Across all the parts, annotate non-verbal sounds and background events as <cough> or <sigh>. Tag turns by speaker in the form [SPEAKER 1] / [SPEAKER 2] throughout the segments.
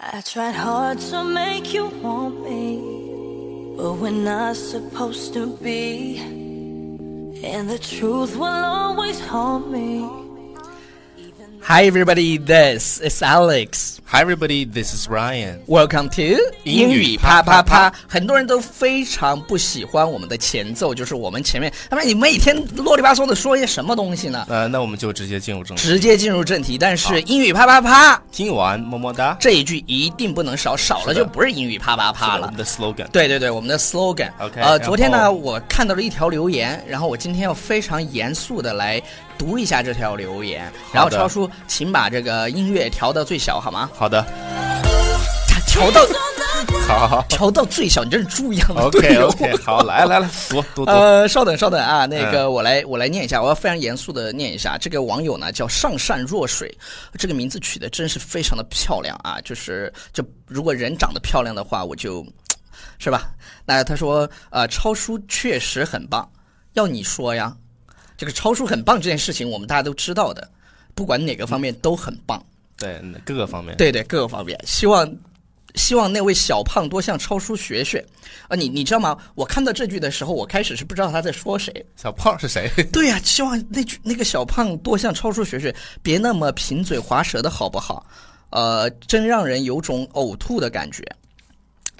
[SPEAKER 1] I tried hard to make you want me, but we're not supposed to be. And the truth will always haunt me.
[SPEAKER 2] Hi, everybody. This is Alex.
[SPEAKER 3] Hi, everybody. This is Ryan.
[SPEAKER 2] Welcome to
[SPEAKER 3] 英
[SPEAKER 2] 英
[SPEAKER 3] 语
[SPEAKER 2] 语啪啪
[SPEAKER 3] 啪啪
[SPEAKER 2] 啪。很多人都非常不喜欢我们的前奏，就是我们前面，他们你每天啰里吧嗦的说一些什么东西呢？
[SPEAKER 3] 呃，那我们就直接进入正题。
[SPEAKER 2] 直接进入正题。但是英语啪啪啪
[SPEAKER 3] 听完么么哒，
[SPEAKER 2] 这一句一定不能少，少了
[SPEAKER 3] 是的
[SPEAKER 2] 就不是英语啪啪啪
[SPEAKER 3] 是我
[SPEAKER 2] 了
[SPEAKER 3] 们。的 slogan。
[SPEAKER 2] 对对对，我们的 slogan。
[SPEAKER 3] OK，
[SPEAKER 2] 呃，
[SPEAKER 3] 然
[SPEAKER 2] 昨天呢，
[SPEAKER 3] 后
[SPEAKER 2] 我看到了一条留言，然后我今天要非常严肃的来读一下这条留言。然后
[SPEAKER 3] 好的
[SPEAKER 2] 超叔，请把这个音乐调到最小好吗？
[SPEAKER 3] 好的， <laughs>
[SPEAKER 2] 调到 <laughs>
[SPEAKER 3] 好
[SPEAKER 2] 调到最小，你真是猪一样的队
[SPEAKER 3] ，OK
[SPEAKER 2] 友。 <laughs>
[SPEAKER 3] OK，好，来来来，读读读，
[SPEAKER 2] 呃，稍等，稍等啊，那个
[SPEAKER 3] 嗯
[SPEAKER 2] 我来，我来念一下，我要非常严肃的念一下。这个网友呢叫上善若水，这个名字取得真是非常的漂亮啊！就是，就如果人长得漂亮的话，我就，是吧？那他说，呃，超叔确实很棒，要你说呀，这个超叔很棒这件事情，我们大家都知道的，不管哪个方面都很棒。
[SPEAKER 3] 对各个方面，
[SPEAKER 2] 对对，各个方面，希望希望那位小胖多向超叔学学啊！你你知道吗？我看到这句的时候，我开始是不知道他在说谁。 <laughs>
[SPEAKER 3] 小胖是谁？
[SPEAKER 2] 对呀、希望那句那个小胖多向超叔学学，别那么贫嘴滑舌的好不好？呃，真让人有种呕吐的感觉。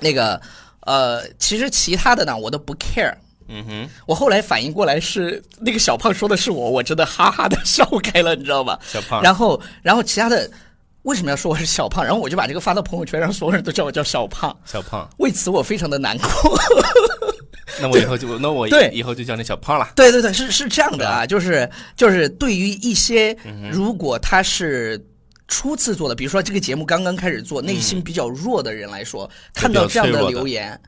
[SPEAKER 2] 那个呃，其实其他的呢，我都不 care。
[SPEAKER 3] 嗯哼，
[SPEAKER 2] 我后来反应过来是那个小胖说的是我，我真的哈哈的笑开了，你知道吗？
[SPEAKER 3] 小胖
[SPEAKER 2] 然后，然后其他的为什么要说我是小胖？然后我就把这个发到朋友圈，让所有人都叫我叫小胖。
[SPEAKER 3] 小胖，
[SPEAKER 2] 为此我非常的难过。
[SPEAKER 3] 那我以后
[SPEAKER 2] <laughs>
[SPEAKER 3] 就那我
[SPEAKER 2] 对
[SPEAKER 3] 以后就叫你小胖了。
[SPEAKER 2] <laughs> 对对对，是嗯是这样的啊，就是就是对于一些如果他是。初次做的，比如说这个节目刚刚开始做，内心比较弱的人来说，看到这样
[SPEAKER 3] 比较脆弱的
[SPEAKER 2] 留言，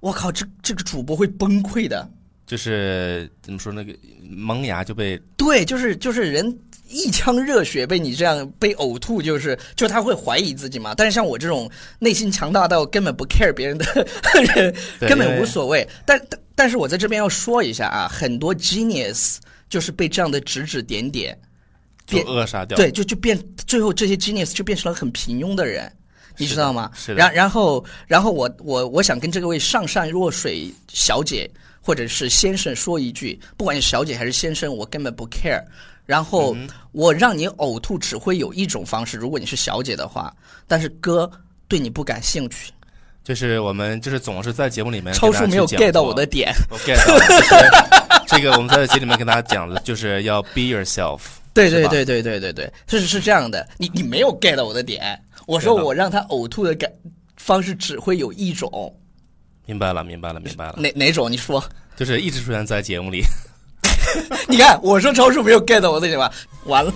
[SPEAKER 2] 我靠，这这个主播会崩溃的。
[SPEAKER 3] 就是怎么说那个萌芽就被
[SPEAKER 2] 对，就是就是人一腔热血被你这样被呕吐，就是就他会怀疑自己嘛。但是像我这种内心强大到根本不 care 别人的 <laughs> 人，
[SPEAKER 3] 对
[SPEAKER 2] 根
[SPEAKER 3] 因
[SPEAKER 2] 本
[SPEAKER 3] 为
[SPEAKER 2] 无所谓。但但但是我在这边要说一下啊，很多 genius 就是被这样的指指点点，
[SPEAKER 3] 就
[SPEAKER 2] 变
[SPEAKER 3] 扼杀掉。
[SPEAKER 2] 对，就就变最后这些 genius 就变成了很平庸的人，你知道吗？
[SPEAKER 3] 是的
[SPEAKER 2] 然然后然后我我我想跟这位上善若水小姐或者是先生说一句，不管是小姐还是先生，我根本不 care。然后
[SPEAKER 3] 嗯
[SPEAKER 2] 我让你呕吐，只会有一种方式，如果你是小姐的话，但是哥对你不感兴趣。
[SPEAKER 3] 就是我们就是总是在节目里面
[SPEAKER 2] 超
[SPEAKER 3] 给大
[SPEAKER 2] 叔
[SPEAKER 3] 家
[SPEAKER 2] 没有
[SPEAKER 3] 去讲
[SPEAKER 2] get 到
[SPEAKER 3] 说
[SPEAKER 2] 我的点，
[SPEAKER 3] 我 get 到了。就是 <laughs> 这个我们在节目里面跟大家讲的就是要 be yourself。
[SPEAKER 2] 对对
[SPEAKER 3] 吧
[SPEAKER 2] 对对对对对，是是这样的，你你没有 get 到我的点。我说
[SPEAKER 3] 对的
[SPEAKER 2] 我让他呕吐的感方式只会有一种，
[SPEAKER 3] 明白了，明白了，明白了，
[SPEAKER 2] 哪哪种？你说。 <laughs>
[SPEAKER 3] 就是一直出现在节目里。
[SPEAKER 2] 你看，我说超叔没有 get 到我的点吧？完了，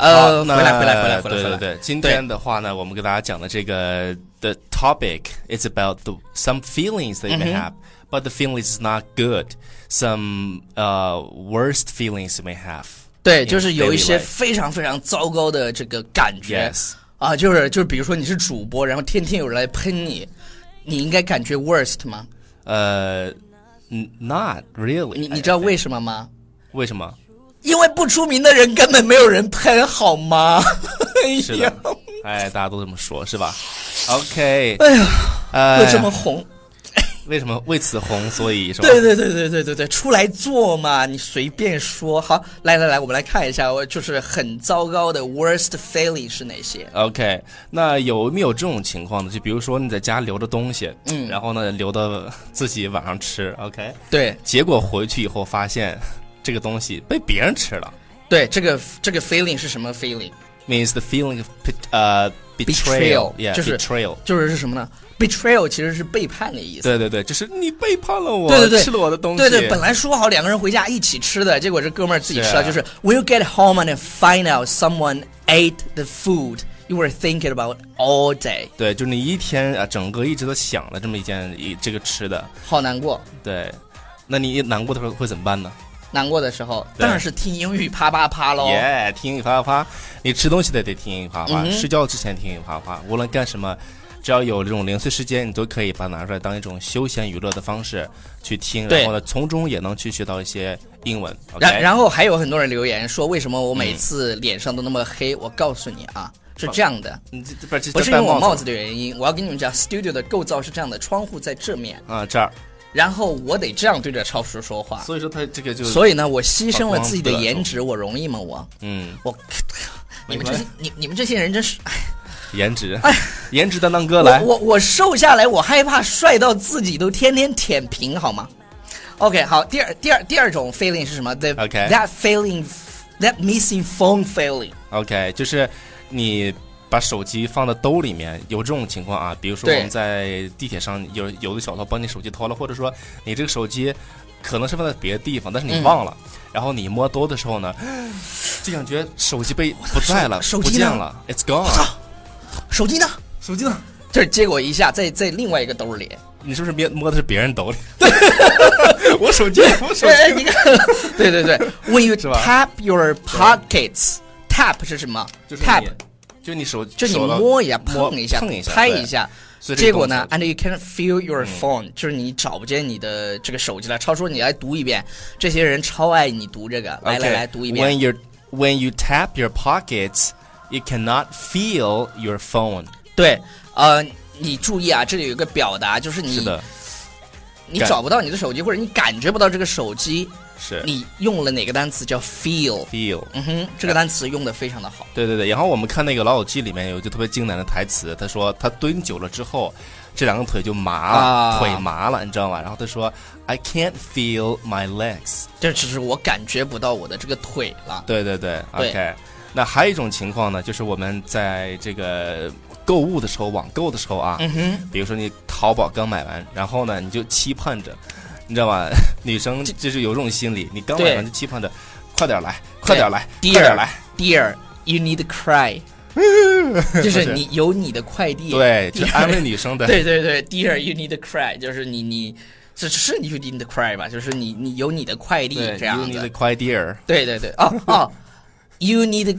[SPEAKER 2] 呃，
[SPEAKER 3] 好那
[SPEAKER 2] 回来回来回来回来，
[SPEAKER 3] 对
[SPEAKER 2] 回
[SPEAKER 3] 对
[SPEAKER 2] 来。
[SPEAKER 3] 对，今天的话呢，我们跟大家讲的这个 the topic is about the, some feelings that you
[SPEAKER 2] Mm-hmm.
[SPEAKER 3] may have, but the feeling is not good. Some uh worst feelings you may have.
[SPEAKER 2] 对，
[SPEAKER 3] in
[SPEAKER 2] 就是有一
[SPEAKER 3] daily
[SPEAKER 2] 些
[SPEAKER 3] life
[SPEAKER 2] 非常非常糟糕的这个感觉
[SPEAKER 3] Yes
[SPEAKER 2] 啊，就是就是，比如说你是主播，然后天天有人来喷你，你应该感觉 worst 吗？
[SPEAKER 3] 呃、n- not really
[SPEAKER 2] 你
[SPEAKER 3] I-
[SPEAKER 2] 你知道为什么吗？
[SPEAKER 3] 为什么？
[SPEAKER 2] 因为不出名的人根本没有人喷，好吗？
[SPEAKER 3] 是
[SPEAKER 2] 哎呀
[SPEAKER 3] 的，哎，大家都这么说，是吧？OK，
[SPEAKER 2] <laughs> 哎呀，
[SPEAKER 3] 呃
[SPEAKER 2] 又，这么红，
[SPEAKER 3] 为什么为此红，所以是吧？
[SPEAKER 2] 对对对对对对对，出来做嘛，你随便说。好，来来来，我们来看一下，我就是很糟糕的 worst failing 是哪些？
[SPEAKER 3] OK，那有没有这种情况呢？就比如说你在家留着东西，嗯，然后呢留到自己晚上吃，OK，
[SPEAKER 2] 对，
[SPEAKER 3] 结果回去以后发现这个东西被别人吃了
[SPEAKER 2] 对，这个这个 feeling 是什么 feeling？
[SPEAKER 3] ，means the feeling of bet- 呃
[SPEAKER 2] Betrayal，
[SPEAKER 3] yeah
[SPEAKER 2] 就是
[SPEAKER 3] betrayal，
[SPEAKER 2] 就是是什么呢？betrayal 其实是背叛的意思。
[SPEAKER 3] 对对对，就是你背叛了我，
[SPEAKER 2] 对对对，
[SPEAKER 3] 吃了我的东西，
[SPEAKER 2] 对对，本来说好两个人回家一起吃的，结果这哥们儿自己吃了。
[SPEAKER 3] 是
[SPEAKER 2] 就是 Will get home and find out someone ate the food you were thinking about all day，
[SPEAKER 3] 对，就是你一天啊，整个一直都想了这么一件一这个吃的，
[SPEAKER 2] 好难过。
[SPEAKER 3] 对，那你难过的时候会怎么办呢？
[SPEAKER 2] 难过的时候，
[SPEAKER 3] 对
[SPEAKER 2] 当然是听英语啪啪啪喽。
[SPEAKER 3] 耶、听英语啪啪啪！你吃东西得得听英语啪啪，
[SPEAKER 2] 哦嗯哼
[SPEAKER 3] 睡觉之前听英语啪啪，无论干什么，只要有这种零碎时间，你都可以把它拿出来当一种休闲娱乐的方式去听，
[SPEAKER 2] 对
[SPEAKER 3] 然后呢，从中也能去学到一些英文。OK，
[SPEAKER 2] 然然后还有很多人留言说，为什么我每次脸上都那么黑？我告诉你啊，是这样的，
[SPEAKER 3] 你这这不是
[SPEAKER 2] 不
[SPEAKER 3] 这
[SPEAKER 2] 是因
[SPEAKER 3] 戴
[SPEAKER 2] 为我
[SPEAKER 3] 帽
[SPEAKER 2] 帽子的原因，我要跟你们讲，studio 的构造是这样的，窗户在这面，
[SPEAKER 3] 啊这儿，
[SPEAKER 2] 然后我得这样对着超叔说话，
[SPEAKER 3] 所以说他这个就
[SPEAKER 2] 所以呢，我牺牲了自己的
[SPEAKER 3] 把光遮
[SPEAKER 2] 颜值，我容易吗？我
[SPEAKER 3] 嗯，
[SPEAKER 2] <laughs> 我，你们
[SPEAKER 3] 没
[SPEAKER 2] 这
[SPEAKER 3] 关
[SPEAKER 2] 些你你们这些人真是，哎
[SPEAKER 3] <laughs> 颜值，
[SPEAKER 2] 哎
[SPEAKER 3] 颜值担当哥来
[SPEAKER 2] 我，我我瘦下来，我害怕帅到自己都天天舔屏，好吗？OK，好，第二第二第二种 feeling 是什么？The
[SPEAKER 3] OK
[SPEAKER 2] that feeling that missing phone feeling。
[SPEAKER 3] OK，就是你把手机放到兜里面，有这种情况啊。比如说
[SPEAKER 2] 对
[SPEAKER 3] 我们在地铁上有有的小偷把你手机偷了，或者说你这个手机可能是放在别的地方，但
[SPEAKER 2] 嗯
[SPEAKER 3] 是你忘了，然后你摸兜的时候呢，就感觉手机被不在了，
[SPEAKER 2] 手手
[SPEAKER 3] 不
[SPEAKER 2] 机呢
[SPEAKER 3] 见了，It's gone。
[SPEAKER 2] 啊手机呢？
[SPEAKER 3] 啊手机呢？
[SPEAKER 2] 就是结果一下在在另外一个兜里。
[SPEAKER 3] 你是不是摸摸的是别人兜里？ <laughs> 我手机，我手
[SPEAKER 2] 哎，
[SPEAKER 3] 机 <laughs>
[SPEAKER 2] 你看，对对对，When you
[SPEAKER 3] 是吧
[SPEAKER 2] tap your pockets，tap 是什么
[SPEAKER 3] 就是
[SPEAKER 2] ？tap
[SPEAKER 3] 你就你手，
[SPEAKER 2] 就你
[SPEAKER 3] 手了
[SPEAKER 2] 摸一下、
[SPEAKER 3] 摸
[SPEAKER 2] 碰一下、
[SPEAKER 3] 碰一下、
[SPEAKER 2] 拍
[SPEAKER 3] 对
[SPEAKER 2] 一。下。
[SPEAKER 3] 所以这
[SPEAKER 2] 结
[SPEAKER 3] 个
[SPEAKER 2] 果呢
[SPEAKER 3] 动嗯
[SPEAKER 2] ，and you can't feel your phone，、就是你找不见你的这个手机了。超叔，你来读一遍，这些人超爱你读这个，来
[SPEAKER 3] Okay.
[SPEAKER 2] 来来，读一遍。
[SPEAKER 3] When you when you tap your pockets, you cannot feel your phone。
[SPEAKER 2] 对，呃，你注意啊，这里有一个表达，就是你
[SPEAKER 3] 是的，
[SPEAKER 2] 你
[SPEAKER 3] 感
[SPEAKER 2] 找不到你的手机，或者你感觉不到这个手机，
[SPEAKER 3] 是
[SPEAKER 2] 你用了哪个单词叫 feel？
[SPEAKER 3] feel。
[SPEAKER 2] 嗯哼，这个单词用的非常的好。
[SPEAKER 3] 对对对，然后我们看那个《老友记》里面有一句特别经典的台词，他说他蹲久了之后，这两个腿就麻了，
[SPEAKER 2] 啊
[SPEAKER 3] 腿麻了，你知道吗？然后他说 I can't feel my legs。
[SPEAKER 2] 这只是我感觉不到我的这个腿了。
[SPEAKER 3] 对对对
[SPEAKER 2] 对
[SPEAKER 3] o k 那还有一种情况呢，就是我们在这个购物的时候，网购的时候啊，
[SPEAKER 2] 嗯哼，
[SPEAKER 3] 比如说你淘宝刚买完，然后呢，你就期盼着，你知道吗？ <laughs> 女生就是有这种心理，你刚买
[SPEAKER 2] 对
[SPEAKER 3] 完就期盼着，快点来，快点来，快
[SPEAKER 2] Dear
[SPEAKER 3] 点来，
[SPEAKER 2] ，Dear，you need to
[SPEAKER 3] <laughs>
[SPEAKER 2] cry，就是你有你的快递。 <laughs>
[SPEAKER 3] 对，就哎
[SPEAKER 2] Dear
[SPEAKER 3] 安慰女生的。
[SPEAKER 2] 对对对，Dear，you need to cry，就是你你这是 you need to cry 吧？就是你你有你的快递
[SPEAKER 3] 对
[SPEAKER 2] 这
[SPEAKER 3] ，You
[SPEAKER 2] 样
[SPEAKER 3] need
[SPEAKER 2] 子。
[SPEAKER 3] a quiet dear。
[SPEAKER 2] 对对对，哦哦，you need to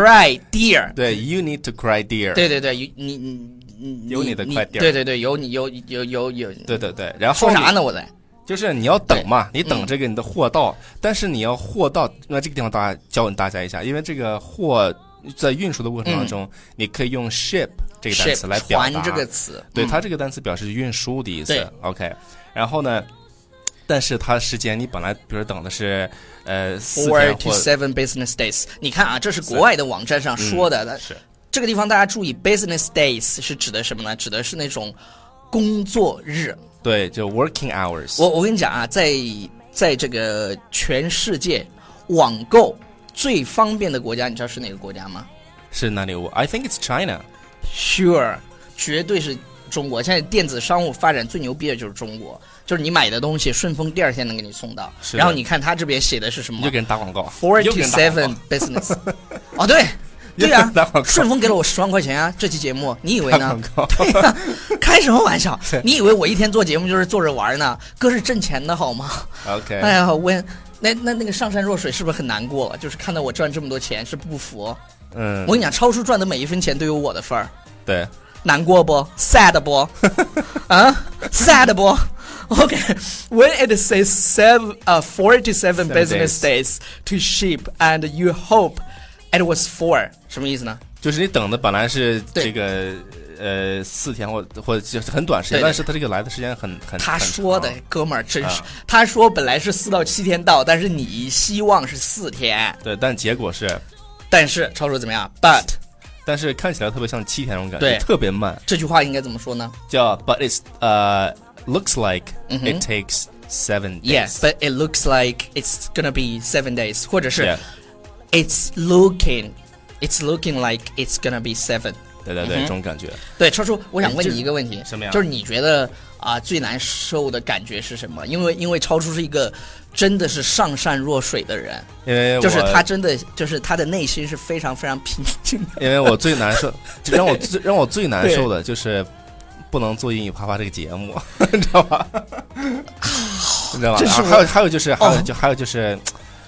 [SPEAKER 2] cry，Dear。
[SPEAKER 3] 对，You need to cry dear。
[SPEAKER 2] 对对对，you- 你你你
[SPEAKER 3] 有你的快递儿
[SPEAKER 2] 对对对，有你有有有有。
[SPEAKER 3] 对对对然后
[SPEAKER 2] 啊说啥
[SPEAKER 3] 你？
[SPEAKER 2] 呢？我在
[SPEAKER 3] 就是你要等嘛，你
[SPEAKER 2] 嗯
[SPEAKER 3] 等这个你的货到，但是你要货到，那这个地方大家教大家一下，因为这个货在运输的过程当中，
[SPEAKER 2] 嗯
[SPEAKER 3] 你可以用 ship 这个单词来表达
[SPEAKER 2] 传这个词，
[SPEAKER 3] 对，
[SPEAKER 2] 嗯
[SPEAKER 3] 它这个单词表示运输的意
[SPEAKER 2] 对
[SPEAKER 3] 思。OK，然后呢，但是它时间你本来比如等的是呃四
[SPEAKER 2] four
[SPEAKER 3] 天
[SPEAKER 2] to
[SPEAKER 3] 或嗯
[SPEAKER 2] seven business days。你看啊，这是国外的网站上说的。那
[SPEAKER 3] 是
[SPEAKER 2] 这个地方大家注意，business days 是指的什么呢？指的是那种工作日。
[SPEAKER 3] 对，就 working hours。
[SPEAKER 2] 我我跟你讲啊，在在这个全世界网购最方便的国家，你知道是哪个国家吗
[SPEAKER 3] 是哪里？我 I think it's China。
[SPEAKER 2] ？Sure，绝对是中国。现在电子商务发展最牛逼的就是中国，就是你买的东西，顺丰第二天能给你送到。
[SPEAKER 3] 是的
[SPEAKER 2] 然后你看他这边写的是什么
[SPEAKER 3] 你就？给人打广告
[SPEAKER 2] Forty
[SPEAKER 3] 又给人打广
[SPEAKER 2] seven
[SPEAKER 3] 告
[SPEAKER 2] business。哦，
[SPEAKER 3] <laughs>
[SPEAKER 2] 对，对
[SPEAKER 3] 又
[SPEAKER 2] 啊
[SPEAKER 3] 给打广告，
[SPEAKER 2] 顺丰给了我十万块钱啊！这期节目，你以为
[SPEAKER 3] 打 <laughs>
[SPEAKER 2] 呢
[SPEAKER 3] 广？告。
[SPEAKER 2] 对呀、开什么玩
[SPEAKER 3] <laughs>
[SPEAKER 2] 笑？你以为我一天做节目就是坐着玩呢？哥是挣钱的好吗？
[SPEAKER 3] OK，
[SPEAKER 2] 哎呀，我那那那个上善若水是不是很难过？就是看到我赚这么多钱是不服。
[SPEAKER 3] 嗯
[SPEAKER 2] 我，跟你讲，超叔赚的每一分钱都有我的份儿，
[SPEAKER 3] 对，
[SPEAKER 2] 难过不？sad 不？ <laughs> 啊，sad 不？OK，when、it says seven 呃、forty-seven
[SPEAKER 3] Seven
[SPEAKER 2] business days to ship and you hope it was four，什么意思呢？
[SPEAKER 3] 就是你等的本来是
[SPEAKER 2] 对
[SPEAKER 3] 这个呃四天或或就是很短时
[SPEAKER 2] 对对
[SPEAKER 3] 间，
[SPEAKER 2] 对
[SPEAKER 3] 但是它这个来的时间很很
[SPEAKER 2] 他
[SPEAKER 3] 很
[SPEAKER 2] 说的
[SPEAKER 3] 长
[SPEAKER 2] 哥们儿真是
[SPEAKER 3] 啊，
[SPEAKER 2] 他说本来是四到七天到，但是你希望是四天，
[SPEAKER 3] 对，但结果是，
[SPEAKER 2] 但是超叔怎么样？But
[SPEAKER 3] 但是看起来特别像七天那种感
[SPEAKER 2] 对
[SPEAKER 3] 觉，特别慢。
[SPEAKER 2] 这句话应该怎么说呢
[SPEAKER 3] 叫 But it's uh looks like it
[SPEAKER 2] 哼
[SPEAKER 3] takes seven days。
[SPEAKER 2] ？Yes，but it looks like it's gonna be seven days，或者是
[SPEAKER 3] Yeah，
[SPEAKER 2] It's looking, it's looking like it's gonna be seven。
[SPEAKER 3] 对对
[SPEAKER 2] Mm-hmm
[SPEAKER 3] 对，这种感觉。
[SPEAKER 2] 对，超叔，我想问
[SPEAKER 3] 哎这
[SPEAKER 2] 你一个问题，
[SPEAKER 3] 什么呀
[SPEAKER 2] 就是你觉得啊、最难受的感觉是什么？因为因为超叔是一个真的是上善若水的人，
[SPEAKER 3] 因为我
[SPEAKER 2] 就是他，真的就是他的内心是非常非常平静的。 <laughs>
[SPEAKER 3] <laughs> 因为我最难受，让我最让我最难受的就是不能做英语啪啪这个节目， <laughs> 你知道吧？你知道吧？
[SPEAKER 2] 这
[SPEAKER 3] 然
[SPEAKER 2] 是
[SPEAKER 3] 后
[SPEAKER 2] 我
[SPEAKER 3] 还有还有就是还有
[SPEAKER 2] 哦
[SPEAKER 3] 就还有就是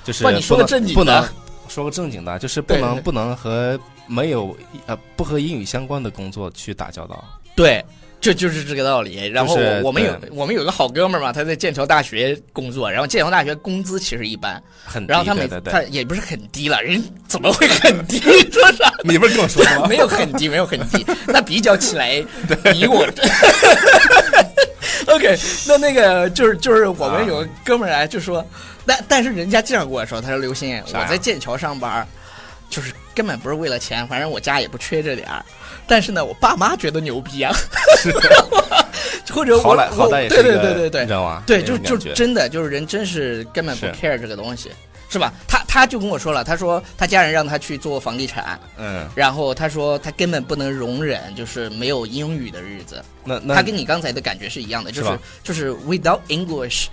[SPEAKER 3] 就是
[SPEAKER 2] 不你说个
[SPEAKER 3] 能
[SPEAKER 2] 正经的
[SPEAKER 3] 不能 <laughs> 说个正经的，啊就是不
[SPEAKER 2] 对对
[SPEAKER 3] 能
[SPEAKER 2] 对
[SPEAKER 3] 不能和没有呃不和英语相关的工作去打交道。
[SPEAKER 2] 对，这就是这个道理。然后
[SPEAKER 3] 就是
[SPEAKER 2] 我们有
[SPEAKER 3] 对
[SPEAKER 2] 我们有个好哥们儿嘛，他在剑桥大学工作，然后剑桥大学工资其实一般，
[SPEAKER 3] 很低
[SPEAKER 2] 然后他每
[SPEAKER 3] 对对
[SPEAKER 2] 他
[SPEAKER 3] 对，
[SPEAKER 2] 也不是很低了，人怎么会很低？ <laughs> 说啥？
[SPEAKER 3] <laughs> 你不是跟我说的吗？
[SPEAKER 2] <laughs> 没有很低，没有很低。那比较起来，比
[SPEAKER 3] <laughs>
[SPEAKER 2] 我。OK，那那个就是就是我
[SPEAKER 3] 啊
[SPEAKER 2] 们有个哥们儿来就说，但但是人家这样跟我说，他说刘鑫，
[SPEAKER 3] 啥呀
[SPEAKER 2] 我在剑桥上班，就是根本不是为了钱，反正我家也不缺这点儿。但是呢，我爸妈觉得牛逼啊， <laughs> 或者我
[SPEAKER 3] <laughs> 好歹好
[SPEAKER 2] 我
[SPEAKER 3] 歹也
[SPEAKER 2] 对
[SPEAKER 3] 是一
[SPEAKER 2] 对
[SPEAKER 3] 个
[SPEAKER 2] 对对对，
[SPEAKER 3] 你知道吗？
[SPEAKER 2] 对，
[SPEAKER 3] 那
[SPEAKER 2] 就
[SPEAKER 3] 种
[SPEAKER 2] 就
[SPEAKER 3] 感觉
[SPEAKER 2] 真的就是人真是根本不
[SPEAKER 3] 是
[SPEAKER 2] care 这个东西，是吧？他他就跟我说了，他说他家人让他去做房地产，
[SPEAKER 3] 嗯，
[SPEAKER 2] 然后他说他根本不能容忍就是没有英语的日子，
[SPEAKER 3] 那那
[SPEAKER 2] 他跟你刚才的感觉是一样的，就是是
[SPEAKER 3] 吧
[SPEAKER 2] 就是 without English。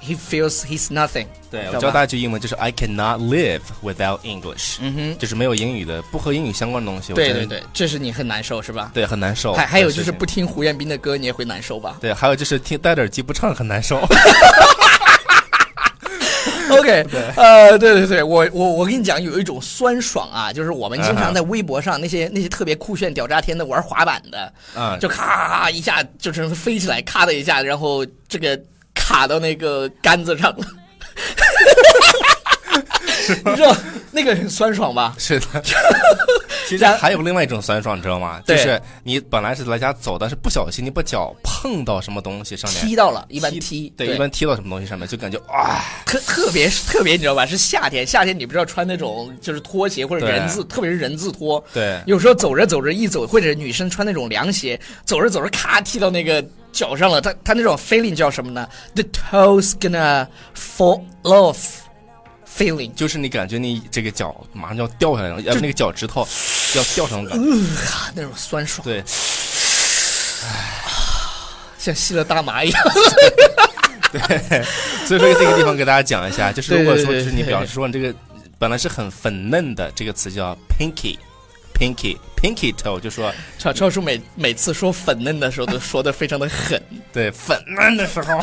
[SPEAKER 2] He feels he's nothing。
[SPEAKER 3] 对
[SPEAKER 2] 知
[SPEAKER 3] 我
[SPEAKER 2] 道
[SPEAKER 3] 教
[SPEAKER 2] 吧
[SPEAKER 3] 大家一句英文，就是 I cannot live without English，
[SPEAKER 2] 嗯哼，
[SPEAKER 3] 就是没有英语的，不和英语相关的东西，我
[SPEAKER 2] 对
[SPEAKER 3] 真
[SPEAKER 2] 对对，这是你很难受是吧？
[SPEAKER 3] 对，很难受。
[SPEAKER 2] 还还有就是
[SPEAKER 3] 这个事情
[SPEAKER 2] 不听胡彦斌的歌，你也会难受 <laughs> 吧
[SPEAKER 3] 对，还有就是听戴着耳机不唱很
[SPEAKER 2] <laughs>
[SPEAKER 3] 难受。
[SPEAKER 2] ？OK，呃，对对对，我我我跟你讲，有一种酸爽啊，就是我们经
[SPEAKER 3] 啊
[SPEAKER 2] 常
[SPEAKER 3] 哈
[SPEAKER 2] 在微博上那些那些特别酷炫屌炸天的玩滑板的，
[SPEAKER 3] 啊，
[SPEAKER 2] 就咔一下就是飞起来，咔的一下，然后这个卡到那个杆子
[SPEAKER 3] <laughs>
[SPEAKER 2] 上了。你知道那个很酸爽吧？
[SPEAKER 3] <laughs> 是
[SPEAKER 2] <laughs>
[SPEAKER 3] 的。其实
[SPEAKER 2] 然
[SPEAKER 3] 还有另外一种酸爽，你知道吗？就
[SPEAKER 2] 对
[SPEAKER 3] 是你本来是来家走，但是不小心你把脚碰到什么东西上面，
[SPEAKER 2] 踢到了，一般踢，
[SPEAKER 3] 对，一般踢到什么东西上面，就感觉啊，
[SPEAKER 2] 特特别特别，你知道吧？是夏天，夏天你不知道穿那种就是拖鞋或者
[SPEAKER 3] 对
[SPEAKER 2] 人字，特别是人字拖，
[SPEAKER 3] 对
[SPEAKER 2] 有时候走着走着一走，或者女生穿那种凉鞋，走着走着咔踢到那个脚上了，她她那种 feeling 叫什么呢？The toes gonna fall off feeling。
[SPEAKER 3] 就是你感觉你这个脚马上就要掉下来了，要不那个脚趾头要掉
[SPEAKER 2] <laughs>
[SPEAKER 3] 上感觉，
[SPEAKER 2] 啊那种酸爽，
[SPEAKER 3] 对，
[SPEAKER 2] 像吸了大麻一样。 <laughs>
[SPEAKER 3] <laughs> 所以说这个地方给大家讲一下，就是如果说
[SPEAKER 2] 对对对
[SPEAKER 3] 就是你
[SPEAKER 2] 对
[SPEAKER 3] 表示说你这个本来是很粉嫩的这个词叫 pinky，pinky，pinky toe，就说
[SPEAKER 2] 超超叔每每次说粉嫩的时候都说的非常的狠，
[SPEAKER 3] 对粉嫩的时
[SPEAKER 2] <laughs>
[SPEAKER 3] 候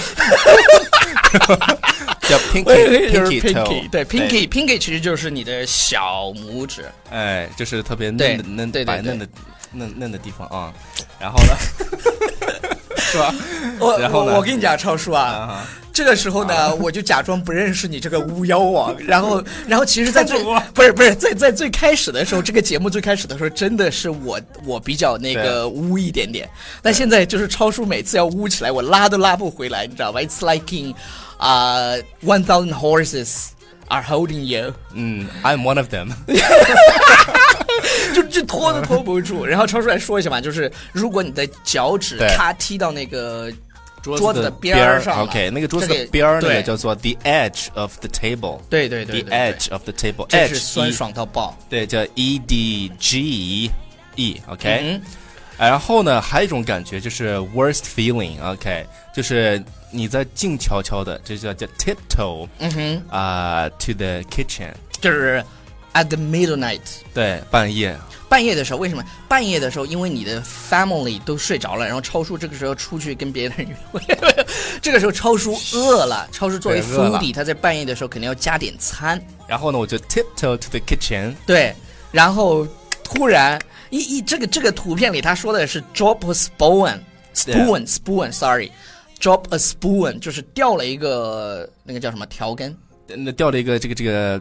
[SPEAKER 3] 叫 pinky
[SPEAKER 2] 就是
[SPEAKER 3] pinky
[SPEAKER 2] pinky，
[SPEAKER 3] toe，
[SPEAKER 2] 对 pinky pinky 其实就是你的小拇指，
[SPEAKER 3] 哎，就是特别嫩
[SPEAKER 2] 对
[SPEAKER 3] 的嫩
[SPEAKER 2] 对对
[SPEAKER 3] 白
[SPEAKER 2] 对
[SPEAKER 3] 嫩的嫩嫩的地方啊，然后呢，是吧？
[SPEAKER 2] <laughs> 我
[SPEAKER 3] 然后呢
[SPEAKER 2] 我我跟你讲，超叔啊，
[SPEAKER 3] 啊，
[SPEAKER 2] 这个时候呢，我就假装不认识你这个巫妖王，然后然后其
[SPEAKER 3] <laughs>
[SPEAKER 2] 实，在最不是不是在在最开始的时候，这个节目最开始的时候，真的是我我比较那个污一点点，但现在就是超叔每次要污起来，我拉都拉不回来，你知道吧？It's like in 啊、one thousand horses are holding you。 <laughs>
[SPEAKER 3] 嗯，I'm one of them，
[SPEAKER 2] 就就拖都拖不住。然后超叔来说一下嘛，就是如果你的脚趾
[SPEAKER 3] 对
[SPEAKER 2] 咔踢到那个
[SPEAKER 3] 桌
[SPEAKER 2] 子
[SPEAKER 3] 子
[SPEAKER 2] 的
[SPEAKER 3] 的
[SPEAKER 2] 边
[SPEAKER 3] 儿
[SPEAKER 2] 上了
[SPEAKER 3] OK，那个桌子
[SPEAKER 2] 这
[SPEAKER 3] 的
[SPEAKER 2] 个
[SPEAKER 3] 边儿那个
[SPEAKER 2] 对
[SPEAKER 3] 叫做 the edge of the table。
[SPEAKER 2] 对对
[SPEAKER 3] The
[SPEAKER 2] 对对对
[SPEAKER 3] edge of the table，
[SPEAKER 2] 这
[SPEAKER 3] edge
[SPEAKER 2] 是酸爽到爆。
[SPEAKER 3] E- 对，叫 E D G E，OK、
[SPEAKER 2] 嗯哼
[SPEAKER 3] 哎然后呢，还有一种感觉就是 worst feeling，OK，、就是你在静悄悄的，这叫叫 tiptoe
[SPEAKER 2] 嗯哼，
[SPEAKER 3] 啊、to the kitchen，
[SPEAKER 2] 就是 at the midnight。
[SPEAKER 3] 对，半夜，
[SPEAKER 2] 半夜的时候，为什么半夜的时候？因为你的 family 都睡着了，然后超叔这个时候出去跟别人约会， <laughs> 这个时候超叔饿了，超叔作为
[SPEAKER 3] 对饿了
[SPEAKER 2] foodie，他在半夜的时候肯定要加点餐，
[SPEAKER 3] 然后呢，我就 tiptoe to the kitchen，
[SPEAKER 2] 对，然后突然一一这个这个图片里他说的是 drop a spoon spoon spoon sorry drop a spoon 就是掉了一个那个叫什么调羹。
[SPEAKER 3] 那掉了一个这个这个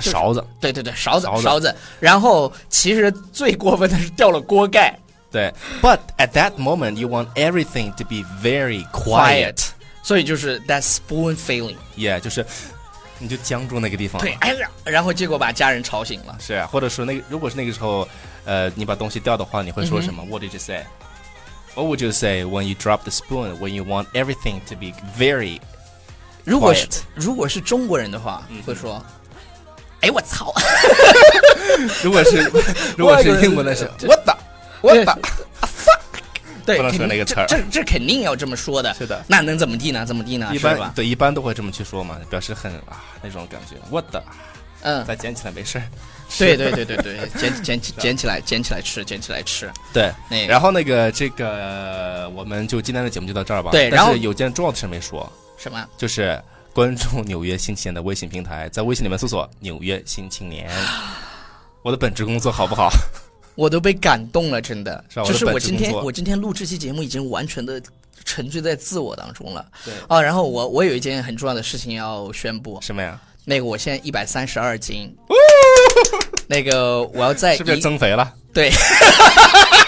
[SPEAKER 2] 是
[SPEAKER 3] 勺子，
[SPEAKER 2] 对对对，勺子
[SPEAKER 3] 勺子
[SPEAKER 2] 然后其实最过分的是掉了锅盖
[SPEAKER 3] 对，but at that moment you want everything to be very quiet，
[SPEAKER 2] 所以就是 that spoon failing。
[SPEAKER 3] yeah，就是你就僵住那个地方，
[SPEAKER 2] 对，哎呀，然后结果把家人吵醒了。
[SPEAKER 3] 是啊，或者说那个，如果是那个时候，呃，你把东西掉的话，你会
[SPEAKER 2] 嗯
[SPEAKER 3] 说什么、w h a t did you say? What would you say when you drop the spoon? When you want everything to be very <laughs>
[SPEAKER 2] 如果是
[SPEAKER 3] Quiet
[SPEAKER 2] 如果是中国人的话，会说，哎我操，
[SPEAKER 3] 如
[SPEAKER 2] <laughs>
[SPEAKER 3] 果是 <laughs> 如果是英文的是
[SPEAKER 2] 我的我
[SPEAKER 3] 的
[SPEAKER 2] <laughs> Ah, 对，
[SPEAKER 3] 不能
[SPEAKER 2] 肯
[SPEAKER 3] 说
[SPEAKER 2] 定
[SPEAKER 3] 那个
[SPEAKER 2] 这
[SPEAKER 3] 词儿
[SPEAKER 2] 这这肯定要这么说的。
[SPEAKER 3] 是的
[SPEAKER 2] 那能怎么地呢？怎么地呢？
[SPEAKER 3] 一
[SPEAKER 2] 是
[SPEAKER 3] 般
[SPEAKER 2] 吧？
[SPEAKER 3] 对一般都会这么去说嘛，表示很啊那种感觉。我的，
[SPEAKER 2] 嗯，
[SPEAKER 3] 再捡起来没事儿。
[SPEAKER 2] 对对对对对，捡捡起捡起来，捡起来吃，捡起来吃。
[SPEAKER 3] <laughs> 对
[SPEAKER 2] 那，个
[SPEAKER 3] 然后那个这个，我们就今天的节目就到这儿吧。
[SPEAKER 2] 对然
[SPEAKER 3] 但
[SPEAKER 2] 后
[SPEAKER 3] 是有件重要的事没说，
[SPEAKER 2] 什么？
[SPEAKER 3] 就是关注《纽约新青年》的微信平台，在微信里面搜索“纽约新青年”。我的本职工作好不好？ <laughs>
[SPEAKER 2] 我都被感动了，真的。
[SPEAKER 3] 是吧我
[SPEAKER 2] 就
[SPEAKER 3] 的
[SPEAKER 2] 是
[SPEAKER 3] 本
[SPEAKER 2] 我
[SPEAKER 3] 职
[SPEAKER 2] 今
[SPEAKER 3] 工
[SPEAKER 2] 天
[SPEAKER 3] 作
[SPEAKER 2] 我今天录这期节目已经完全的沉醉在自我当中了。
[SPEAKER 3] 对
[SPEAKER 2] 啊，然后我我有一件很重要的事情要宣布，
[SPEAKER 3] 什么呀？
[SPEAKER 2] 那个我现在一百三十二斤，
[SPEAKER 3] <laughs>
[SPEAKER 2] 那个我要在
[SPEAKER 3] 哦是不是
[SPEAKER 2] 一
[SPEAKER 3] 增肥了？
[SPEAKER 2] 对， <laughs>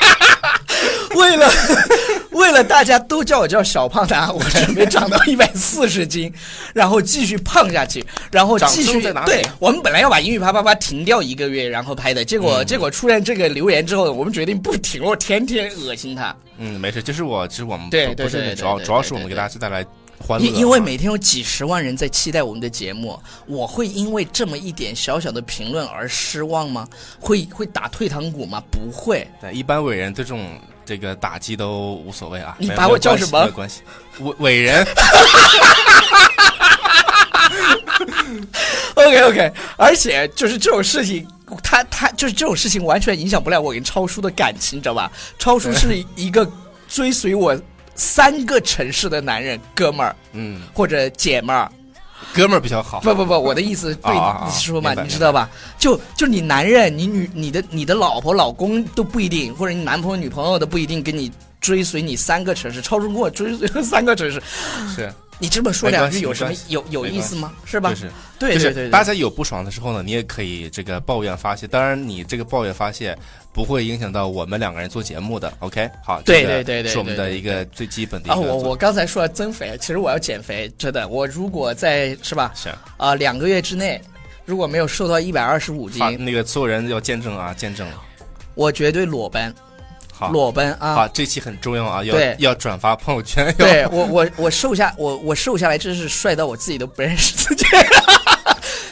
[SPEAKER 2] 为了 <laughs> 为了大家都叫我叫小胖达，我准备长到一百四十斤， <laughs> 然后继续胖下去，然后继
[SPEAKER 3] 掌声
[SPEAKER 2] 续
[SPEAKER 3] 在哪里
[SPEAKER 2] 对我们本来要把英语啪啪啪停掉一个月，然后拍的，结
[SPEAKER 3] 嗯
[SPEAKER 2] 果、结果出现这个留言之后，我们决定不停，我天天恶心他，
[SPEAKER 3] 嗯，没事，就是我，就是我们
[SPEAKER 2] 对
[SPEAKER 3] 不
[SPEAKER 2] 对
[SPEAKER 3] 不是
[SPEAKER 2] 对
[SPEAKER 3] 你
[SPEAKER 2] 对
[SPEAKER 3] 主要
[SPEAKER 2] 对
[SPEAKER 3] 主要
[SPEAKER 2] 对
[SPEAKER 3] 是我们
[SPEAKER 2] 对
[SPEAKER 3] 给大家带来欢乐啊，
[SPEAKER 2] 因因为每天有几十万人在期待我们的节目，我会因为这么一点小小的评论而失望吗？会会打退堂鼓吗？不会。
[SPEAKER 3] 对一般伟人对这种这个打击都无所谓啊。
[SPEAKER 2] 你
[SPEAKER 3] 没有
[SPEAKER 2] 把
[SPEAKER 3] 没有
[SPEAKER 2] 我叫
[SPEAKER 3] 关系
[SPEAKER 2] 什么
[SPEAKER 3] 没有关系，伟伟人
[SPEAKER 2] <laughs> OK OK，而且就是这种事情，他他就是这种事情完全影响不了我跟超叔的感情，你知道吧？超叔
[SPEAKER 3] <laughs>
[SPEAKER 2] 是一个追随我三个城市的男人，哥们儿，
[SPEAKER 3] 嗯，
[SPEAKER 2] 或者姐们儿。
[SPEAKER 3] 哥们儿比较好。
[SPEAKER 2] 不不不，我的意思对
[SPEAKER 3] 啊啊啊
[SPEAKER 2] 你说嘛，
[SPEAKER 3] 明白
[SPEAKER 2] 你知道吧？就就你男人，你女你的你的老婆老公都不一定，或者你男朋友女朋友都不一定跟你追随你三个城市，超叔跟我追随了三个城市，
[SPEAKER 3] 是，
[SPEAKER 2] 你这么说
[SPEAKER 3] 没
[SPEAKER 2] 两
[SPEAKER 3] 关
[SPEAKER 2] 句
[SPEAKER 3] 系
[SPEAKER 2] 有什么
[SPEAKER 3] 没关系
[SPEAKER 2] 有有
[SPEAKER 3] 没
[SPEAKER 2] 意
[SPEAKER 3] 关系
[SPEAKER 2] 思吗？是吧
[SPEAKER 3] 就？是
[SPEAKER 2] 对
[SPEAKER 3] 就
[SPEAKER 2] 对
[SPEAKER 3] 是
[SPEAKER 2] 对，
[SPEAKER 3] 大家有不爽的时候呢，你也可以这个抱怨发泄。当然，你这个抱怨发泄不会影响到我们两个人做节目的。OK，好，
[SPEAKER 2] 对
[SPEAKER 3] 这个
[SPEAKER 2] 对对对
[SPEAKER 3] 是我们
[SPEAKER 2] 对
[SPEAKER 3] 的
[SPEAKER 2] 对
[SPEAKER 3] 一个最基本的一
[SPEAKER 2] 啊，
[SPEAKER 3] 个
[SPEAKER 2] 我
[SPEAKER 3] 做。
[SPEAKER 2] 我刚才说了增肥，其实我要减肥，真的。我如果在是吧？
[SPEAKER 3] 是
[SPEAKER 2] 啊、两个月之内如果没有瘦到一百二十五
[SPEAKER 3] 发
[SPEAKER 2] 斤，
[SPEAKER 3] 那个所有人要见证啊，见证。
[SPEAKER 2] 我绝对裸奔，
[SPEAKER 3] 好，
[SPEAKER 2] 裸奔啊！
[SPEAKER 3] 好，这期很重要啊，要
[SPEAKER 2] 对
[SPEAKER 3] 要转发朋友圈。要
[SPEAKER 2] 对我我我瘦下我我瘦下来，真是帅到我自己都不认识自己。 <laughs>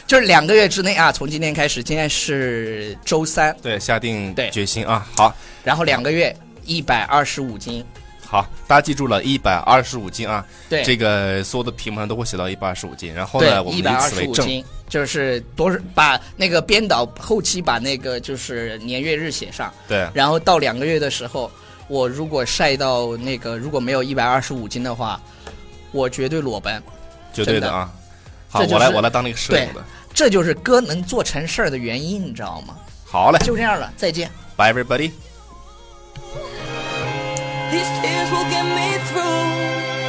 [SPEAKER 2] 就是两个月之内啊，从今天开始，今天是周三，
[SPEAKER 3] <laughs> 对，下定
[SPEAKER 2] 对
[SPEAKER 3] 决心啊！好，
[SPEAKER 2] 然后两个月一百二十五斤，
[SPEAKER 3] 好，大家记住了，一百二十五斤啊！
[SPEAKER 2] 对，
[SPEAKER 3] 这个所有的评论都会写到一百二十五斤，然后
[SPEAKER 2] 对
[SPEAKER 3] 呢，我们
[SPEAKER 2] 一
[SPEAKER 3] 以
[SPEAKER 2] 百二
[SPEAKER 3] 此
[SPEAKER 2] 十
[SPEAKER 3] 为
[SPEAKER 2] 五
[SPEAKER 3] 证。
[SPEAKER 2] 斤，就是多少把那个编导后期把那个就是年月日写上。
[SPEAKER 3] 对，
[SPEAKER 2] 然后到两个月的时候，我如果晒到那个如果没有一百二十五斤的话，我绝对裸奔。
[SPEAKER 3] 绝对
[SPEAKER 2] 真的
[SPEAKER 3] 啊！好，
[SPEAKER 2] 这就
[SPEAKER 3] 我来
[SPEAKER 2] 是
[SPEAKER 3] 我来当那个摄影
[SPEAKER 2] 对
[SPEAKER 3] 的。
[SPEAKER 2] 这就是哥能做成事儿的原因，你知道吗？
[SPEAKER 3] 好嘞
[SPEAKER 2] 就这样了，再见。
[SPEAKER 3] ，Bye everybody。
[SPEAKER 1] These tears will get me through.